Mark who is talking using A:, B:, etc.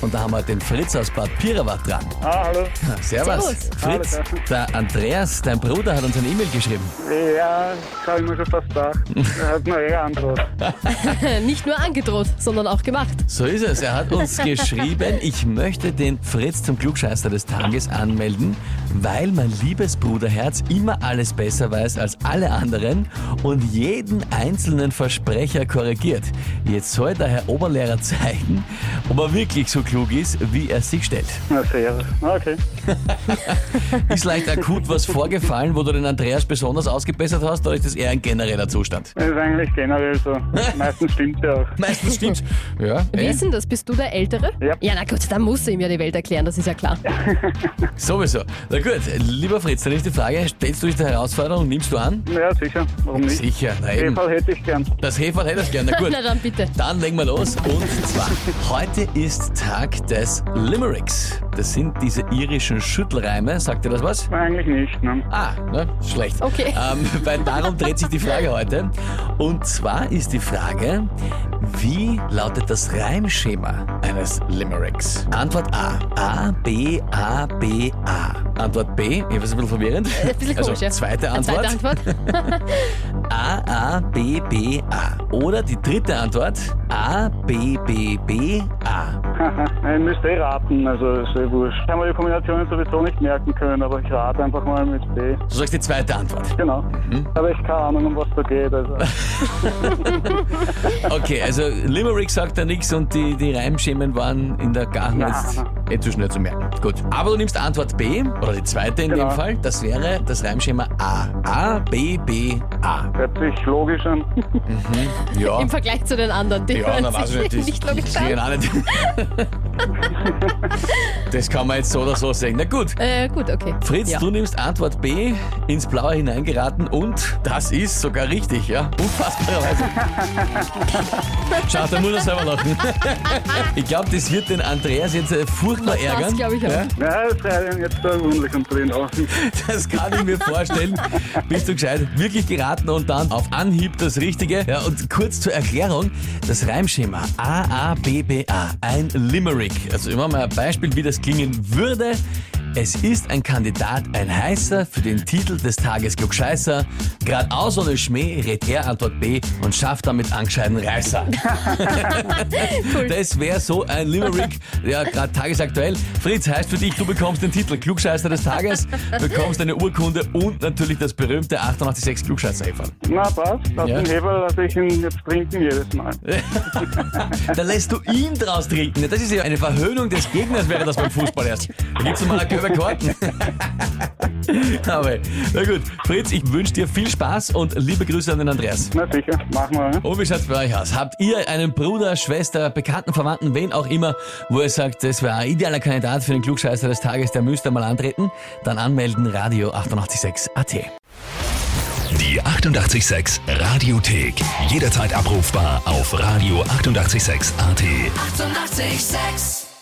A: Und da haben wir den Fritz aus Bad Pirawat dran.
B: Ah, hallo.
A: Servus.
C: Servus.
A: Fritz,
B: Hallo,
A: der Andreas, dein Bruder, hat uns eine E-Mail geschrieben.
B: Ja, das habe ich mir schon fast gedacht. Er hat mir eh androht.
C: Nicht nur angedroht, sondern auch gemacht.
A: So ist es. Er hat uns geschrieben, ich möchte den Fritz zum Klugscheißer des Tages anmelden, weil mein liebes Bruderherz immer alles besser weiß als alle anderen und jeden einzelnen Versprecher korrigiert. Jetzt soll der Herr Oberlehrer zeigen, ob er wirklich so klug ist, wie er sich stellt.
B: Na, sehr. Na, Okay.
A: Ist leicht akut was vorgefallen, wo du den Andreas besonders ausgebessert hast, oder ist das eher ein genereller Zustand?
B: Das ist eigentlich generell so. Meistens stimmt ja auch.
A: Meistens stimmt's. Ja,
C: Wie
A: eh.
C: ist denn das? Bist du der Ältere?
B: Ja.
C: Ja, na gut, dann musst du ihm ja die Welt erklären, das ist ja klar.
A: sowieso. Na gut, lieber Fritz, dann ist die Frage, stellst du dich der Herausforderung, nimmst du an?
B: Ja, sicher. Warum nicht?
A: Sicher, na
B: Auf jeden
A: eben.
B: Fall hätte ich gern.
A: Das Heferl hätte ich gerne, na gut.
C: Na dann bitte.
A: Dann legen wir los. Und zwar, heute ist Tag des Limericks. Das sind diese irischen Schüttelreime. Sagt dir das was?
B: Nein, Eigentlich nicht. Ne?
A: Ah, ne? schlecht.
C: Okay.
A: Ähm, weil darum dreht sich die Frage heute. Und zwar ist die Frage, wie lautet das Reimschema eines Limericks? Antwort A. A, B, A, B, A. Antwort B, ich weiß ein bisschen verwirrend.
C: Ein bisschen
A: also,
C: komisch, ja.
A: zweite
C: Eine
A: Antwort.
C: Zweite Antwort.
A: A, A, B, B, A. Oder die dritte Antwort. A, B, B, B, A.
B: Haha, ich müsste eh raten, also ist eh wurscht. Ich kann mir die Kombinationen sowieso nicht merken können, aber ich rate einfach mal mit B.
A: Du sagst die zweite Antwort.
B: Genau.
A: Mhm.
B: Aber ich keine Ahnung, um was da geht. Also.
A: Okay, also Limerick sagt da nichts und die, die Reimschemen waren in der Garten
B: Na,
A: jetzt eh zu schnell zu merken. Gut, aber du nimmst Antwort B, oder die zweite in
B: Genau.
A: dem Fall, das wäre das Reimschema A. A, B, B, A.
B: Hört sich logisch an.
A: Ja,
C: Im Vergleich zu den anderen. Die
A: ja
C: hören
A: na, weiß
C: sich
A: ich nicht.
C: nicht
A: ich,
C: logisch an.
A: ich, auch nicht. Das kann man jetzt so oder so sehen. Na gut,
C: Äh, gut, okay.
A: Fritz,
C: ja.
A: du nimmst Antwort B, ins Blaue hineingeraten und das ist sogar richtig, ja? Unfassbarerweise. Schaut, da muss er selber lachen. Ich glaube, das wird den Andreas jetzt äh, furchtbar
C: Das
A: ärgern.
C: glaube ich auch.
A: Ja,
B: Ja, das ist jetzt so wunderlich unter den Augen.
A: das kann ich mir vorstellen. Bist du gescheit? Wirklich geraten und dann auf Anhieb das Richtige. Ja, und kurz zur Erklärung: Das Reimschema AABBA, ein Limerick. Also immer mal ein Beispiel, wie das klingen würde. Es ist ein Kandidat, ein Heißer für den Titel des Tages Klugscheißer. Geradeaus ohne Schmäh rät er Antwort B und schafft damit angescheiden Reißer.
C: Cool.
A: Das wäre so ein Limerick, ja, gerade tagesaktuell. Fritz, heißt für dich, du bekommst den Titel Klugscheißer des Tages, bekommst eine Urkunde und natürlich das berühmte 886 klugscheißer -Eferl.
B: Na, passt. Auf
A: Ja.
B: den Hebel lasse ich ihn jetzt trinken jedes Mal.
A: Da lässt du ihn draus trinken. Ja, Das ist ja eine Verhöhnung des Gegners, wäre das beim Fußball erst. Da gibt's noch mal eine gelbe Karten. Aber, na gut. Fritz, ich wünsche dir viel Spaß und liebe Grüße an den Andreas.
B: Na sicher, machen wir. Ne?
A: Und wie schaut's bei euch aus? Habt ihr einen Bruder, Schwester, Bekannten, Verwandten, wen auch immer, wo ihr sagt, das wäre ein idealer Kandidat für den Klugscheißer des Tages, der müsste mal antreten? Dann anmelden, Radio 886 AT.
D: Die 88,6 Radiothek. Jederzeit abrufbar auf radio886.at. 88,6.
E: Eighty-eight, sex.